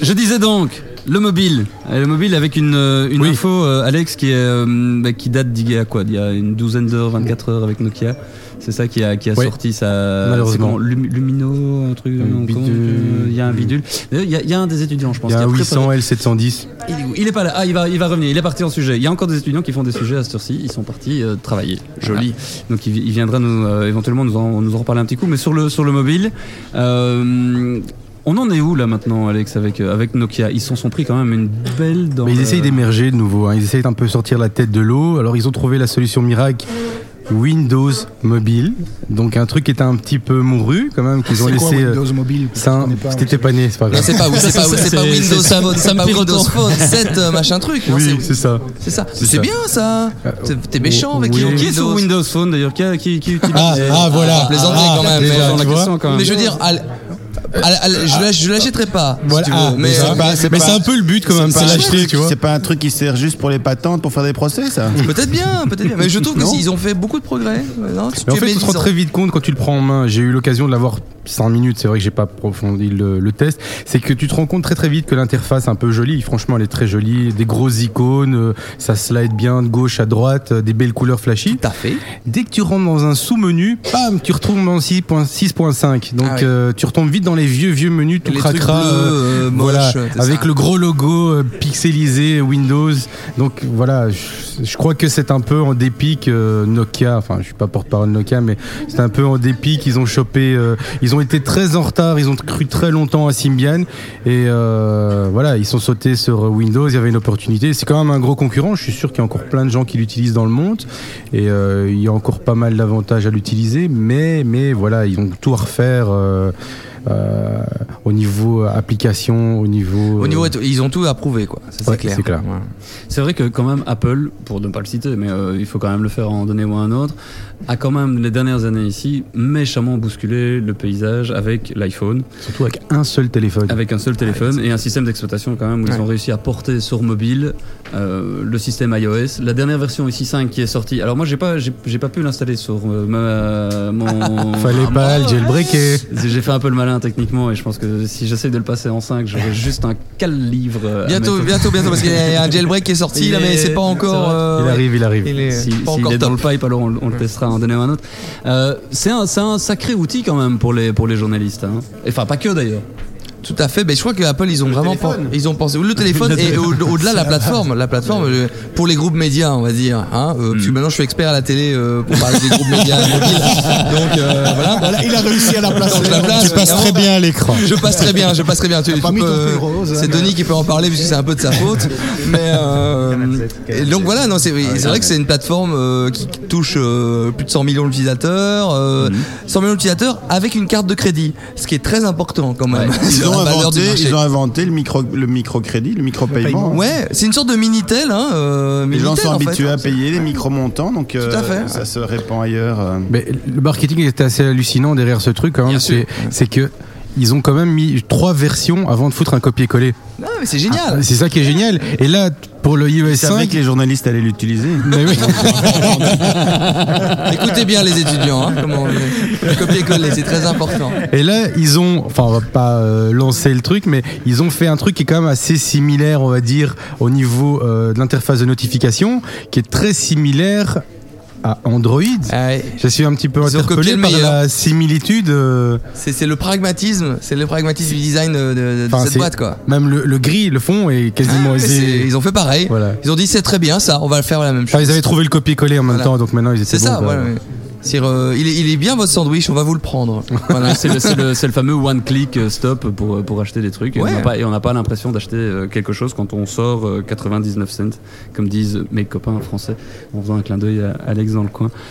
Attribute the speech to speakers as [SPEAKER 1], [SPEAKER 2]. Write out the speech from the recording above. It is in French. [SPEAKER 1] Je disais donc le mobile, Euh, le mobile avec une, euh, une info euh, Alex qui est euh, bah, qui date d'il y a quoi, d'il y a une douzaine d'heures, 24 heures avec Nokia. C'est ça qui a qui a
[SPEAKER 2] Oui.
[SPEAKER 1] sorti sa
[SPEAKER 2] Malheureusement.
[SPEAKER 1] c'est comment, Lum- Lumino un truc
[SPEAKER 2] Un
[SPEAKER 1] non, comment,
[SPEAKER 2] bidule.
[SPEAKER 1] euh, il y a un bidule. D'ailleurs, Il y, a- il y a un des étudiants je
[SPEAKER 2] Il
[SPEAKER 1] pense
[SPEAKER 2] y a
[SPEAKER 1] qui
[SPEAKER 2] un
[SPEAKER 1] a préparé-
[SPEAKER 2] 800 L710.
[SPEAKER 1] Il est, où Il est pas là. Ah, il va, il va revenir. Il est parti en sujet. Il y a encore des étudiants qui font des sujets à cette heure-ci. Ils sont partis euh, travailler. Joli. Donc, il, vi- il viendra nous, euh, éventuellement nous en, nous en reparler un petit coup. Mais sur le, sur le mobile, euh, on en est où là maintenant, Alex, avec, euh, avec Nokia Ils s'en sont pris quand même une belle dans.
[SPEAKER 2] Mais ils
[SPEAKER 1] le-
[SPEAKER 2] essayent d'émerger de nouveau. hein. Ils essayent d'un peu sortir la tête de l'eau. Alors ils ont trouvé la solution miracle. Windows Mobile, donc un truc qui était un petit peu mouru quand même, qu'ils ont
[SPEAKER 3] Ah, C'est quoi
[SPEAKER 2] laissé. euh,
[SPEAKER 3] Windows mobile
[SPEAKER 2] ça,
[SPEAKER 3] Je connais pas,
[SPEAKER 2] C'était pas né, c'est pas grave.
[SPEAKER 4] C'est pas, c'est pas, c'est pas
[SPEAKER 1] c'est-
[SPEAKER 4] Windows,
[SPEAKER 1] c'est-
[SPEAKER 4] ça va- ça va
[SPEAKER 1] pire
[SPEAKER 4] Windows
[SPEAKER 1] autant.
[SPEAKER 4] Phone 7, euh, machin truc. Non,
[SPEAKER 2] Oui,
[SPEAKER 4] c'est-
[SPEAKER 2] c'est ça.
[SPEAKER 4] c'est ça. Mais C'est
[SPEAKER 2] ça. Euh,
[SPEAKER 4] bien ça. T'es- T'es méchant avec
[SPEAKER 2] oui.
[SPEAKER 4] les gens
[SPEAKER 1] Qui est sur
[SPEAKER 4] Windows.
[SPEAKER 1] Windows Phone d'ailleurs qui, a- qui, qui utilise
[SPEAKER 5] Ah, ah, voilà.
[SPEAKER 4] on plaisantait
[SPEAKER 5] Ah,
[SPEAKER 4] quand même, mais,
[SPEAKER 5] voilà,
[SPEAKER 4] euh,
[SPEAKER 1] Dans la
[SPEAKER 5] tu vois.
[SPEAKER 1] question, quand même.
[SPEAKER 4] Mais je veux dire, al- al- al- je l'ach- je l'achèterai pas. si
[SPEAKER 5] Voilà.
[SPEAKER 4] tu veux,
[SPEAKER 5] Ah,
[SPEAKER 4] mais
[SPEAKER 5] mais
[SPEAKER 4] euh,
[SPEAKER 5] c'est pas-
[SPEAKER 2] Mais c'est
[SPEAKER 5] pas-
[SPEAKER 2] un peu le but quand
[SPEAKER 5] c'est
[SPEAKER 2] même,
[SPEAKER 5] pas
[SPEAKER 2] c'est
[SPEAKER 5] un
[SPEAKER 2] l'acheter,
[SPEAKER 5] truc-
[SPEAKER 2] tu vois.
[SPEAKER 5] C'est pas un truc qui sert juste pour les patentes, pour faire des procès, ça.
[SPEAKER 4] peut-être bien, peut-être bien. Mais je trouve qu'ils ont fait beaucoup de progrès. euh, Non, tu,
[SPEAKER 2] Mais en
[SPEAKER 4] tu es
[SPEAKER 2] fait, tu te rends
[SPEAKER 4] bellisant.
[SPEAKER 2] très vite compte quand tu le prends en main. J'ai eu l'occasion de l'avoir 5 minutes. C'est vrai que j'ai pas approfondi le, le test. C'est que tu te rends compte très très vite que l'interface est un peu jolie. Franchement, elle est très jolie. Des grosses icônes, euh, ça slide bien de gauche à droite, euh, des belles couleurs flashy.
[SPEAKER 4] Tout à fait.
[SPEAKER 2] Dès que tu rentres dans un sous-menu, bam, tu retombes en 6.6.5. Donc
[SPEAKER 4] Ah ouais.
[SPEAKER 2] euh, tu retombes vite dans les vieux vieux menus tout
[SPEAKER 4] Les trucs
[SPEAKER 2] cracra.
[SPEAKER 4] bleus, euh, moches,
[SPEAKER 2] voilà,
[SPEAKER 4] c'est
[SPEAKER 2] avec
[SPEAKER 4] ça.
[SPEAKER 2] le gros logo euh, pixelisé Windows. Donc voilà, je, je crois que c'est un peu en dépit que euh, Nokia, enfin je suis pas porte-parole Nokia, mais c'est un peu en dépit qu'ils ont chopé. euh, ils ont été très en retard, ils ont cru très longtemps à Symbian et euh, voilà, ils sont sautés sur euh, Windows. Il y avait une opportunité. C'est quand même un gros concurrent. Je suis sûr qu'il y a encore plein de gens qui l'utilisent dans le monde et euh, il y a encore pas mal d'avantages à l'utiliser, mais mais voilà, ils ont tout à refaire. euh, euh, au niveau application, au niveau.
[SPEAKER 4] Au niveau,
[SPEAKER 2] euh,
[SPEAKER 4] ils ont tout approuvé, quoi. Ça, C'est
[SPEAKER 2] Ouais,
[SPEAKER 4] clair.
[SPEAKER 2] c'est clair.
[SPEAKER 4] Ouais.
[SPEAKER 1] C'est vrai que quand même Apple, pour ne pas le citer, mais euh, il faut quand même le faire en donner ou à un autre, a quand même les dernières années ici méchamment bousculé le paysage avec l'iPhone,
[SPEAKER 2] surtout avec un seul téléphone.
[SPEAKER 4] Ah,
[SPEAKER 1] avec un seul téléphone et un système d'exploitation quand même où
[SPEAKER 4] Ouais.
[SPEAKER 1] ils ont réussi à porter sur mobile euh, le système iOS. La dernière version ici 5 qui est sortie. Alors moi j'ai pas j'ai j'ai pas pu l'installer sur euh, ma- mon.
[SPEAKER 2] Fallait pas le jailbreaker.
[SPEAKER 1] J'ai fait un peu le malin techniquement et je pense que si j'essaie de le passer en 5, j'aurai juste un cal livre. à
[SPEAKER 4] Bientôt,
[SPEAKER 1] mettre au-
[SPEAKER 4] bientôt, bientôt, parce qu'il y a un jailbreak qui est sorti
[SPEAKER 1] Il
[SPEAKER 4] là, mais
[SPEAKER 1] est-
[SPEAKER 4] c'est pas
[SPEAKER 1] c'est
[SPEAKER 4] encore.
[SPEAKER 1] vrai.
[SPEAKER 4] euh,
[SPEAKER 2] Il arrive, il arrive.
[SPEAKER 4] il est
[SPEAKER 1] Si,
[SPEAKER 4] pas
[SPEAKER 1] s'il
[SPEAKER 4] encore
[SPEAKER 1] est dans
[SPEAKER 4] top.
[SPEAKER 1] le pipe, alors on, le- on le testera, on en donnera un autre. Euh, c'est un, c'est un sacré outil quand même pour les, pour les journalistes. hein. Enfin, pas que d'ailleurs.
[SPEAKER 4] Tout à fait. Ben, je crois que Apple, ils ont vraiment pen- ils ont pensé le téléphone et au- au-delà la plateforme, la plateforme euh, pour les groupes médias, on va dire. Hein, euh,
[SPEAKER 5] Mm.
[SPEAKER 4] parce que maintenant, je suis expert à la télé euh, pour parler des groupes médias mobiles. Donc euh, voilà.
[SPEAKER 5] Voilà, il a réussi à la placer.
[SPEAKER 4] Donc, la place,
[SPEAKER 5] Ah, tu passes
[SPEAKER 4] évidemment.
[SPEAKER 5] très bien à l'écran.
[SPEAKER 4] Je passe très bien, je passe très bien. Tu-
[SPEAKER 3] pas
[SPEAKER 4] tu
[SPEAKER 3] mis ton
[SPEAKER 4] peux- euh,
[SPEAKER 3] pull rose, hein,
[SPEAKER 4] c'est
[SPEAKER 5] euh,
[SPEAKER 3] mais-
[SPEAKER 4] Denis qui peut en parler puisque c'est un peu de sa faute. Mais euh, et donc voilà, non, c'est
[SPEAKER 5] Ah,
[SPEAKER 4] c'est vrai que c'est une plateforme euh, qui touche euh, plus de 100 millions d'utilisateurs, euh,
[SPEAKER 5] Mm-hmm.
[SPEAKER 4] 100 millions d'utilisateurs avec une carte de crédit, ce qui est très important quand même.
[SPEAKER 1] Ouais.
[SPEAKER 5] Ils
[SPEAKER 4] sur
[SPEAKER 5] ont,
[SPEAKER 4] la valeur du
[SPEAKER 5] inventé,
[SPEAKER 4] marché.
[SPEAKER 5] ils ont inventé le micro, le microcrédit, le micro-paiement.
[SPEAKER 4] Ouais, c'est une sorte de minitel. Hein, euh,
[SPEAKER 5] Les gens
[SPEAKER 4] Minitel,
[SPEAKER 5] sont
[SPEAKER 4] en fait.
[SPEAKER 5] habitués à payer les micro-montants, donc euh,
[SPEAKER 4] à fait.
[SPEAKER 5] ça se répand ailleurs. euh.
[SPEAKER 2] Mais le marketing était assez hallucinant derrière ce truc quand même.
[SPEAKER 4] Bien
[SPEAKER 2] C'est c'est que ils ont quand même mis trois versions avant de foutre un copier-coller. Ah,
[SPEAKER 4] Non, Ah, mais c'est génial.
[SPEAKER 2] C'est ça qui est génial. Et là, pour le iOS
[SPEAKER 5] Ils savaient
[SPEAKER 2] 5,
[SPEAKER 5] que les journalistes allaient l'utiliser.
[SPEAKER 2] mais oui.
[SPEAKER 4] Écoutez bien les étudiants. Hein, comment on- copier-coller, c'est très important.
[SPEAKER 2] et là, ils ont, enfin, on va pas euh, lancer le truc, mais ils ont fait un truc qui est quand même assez similaire, on va dire, au niveau euh, de l'interface de notification, qui est très similaire à Android.
[SPEAKER 4] Ouais,
[SPEAKER 2] Je suis un petit peu
[SPEAKER 4] Ah. Ils ont
[SPEAKER 2] interpellé
[SPEAKER 4] copié le
[SPEAKER 2] par
[SPEAKER 4] meilleur.
[SPEAKER 2] la similitude. euh,
[SPEAKER 4] c'est c'est le pragmatisme, c'est le pragmatisme du design euh, de, de
[SPEAKER 2] Enfin,
[SPEAKER 4] cette
[SPEAKER 2] c'est-
[SPEAKER 4] boîte quoi.
[SPEAKER 2] Même le, le gris, le fond est quasiment.
[SPEAKER 4] Ouais,
[SPEAKER 2] c'est-
[SPEAKER 4] c'est- Ils ont fait pareil.
[SPEAKER 2] Voilà.
[SPEAKER 4] Ils ont dit c'est très bien ça, on va le faire la même chose.
[SPEAKER 2] Enfin, ils avaient trouvé le copier-coller en même
[SPEAKER 4] Voilà.
[SPEAKER 2] temps, donc maintenant ils étaient
[SPEAKER 4] C'est
[SPEAKER 2] bons,
[SPEAKER 4] ça,
[SPEAKER 2] quoi.
[SPEAKER 4] voilà. ouais. Sire, euh, il, est, il est bien votre sandwich, on va vous le prendre. Voilà.
[SPEAKER 1] C'est le, c'est le- c'est le fameux one click euh, stop pour, euh, pour acheter des trucs. Et on
[SPEAKER 4] Ouais.
[SPEAKER 1] n'a pas- Et on n'a pas, l'impression d'acheter euh, quelque chose quand on sort euh, 99 cents, comme disent mes copains français en faisant un clin d'œil à Alex dans le coin.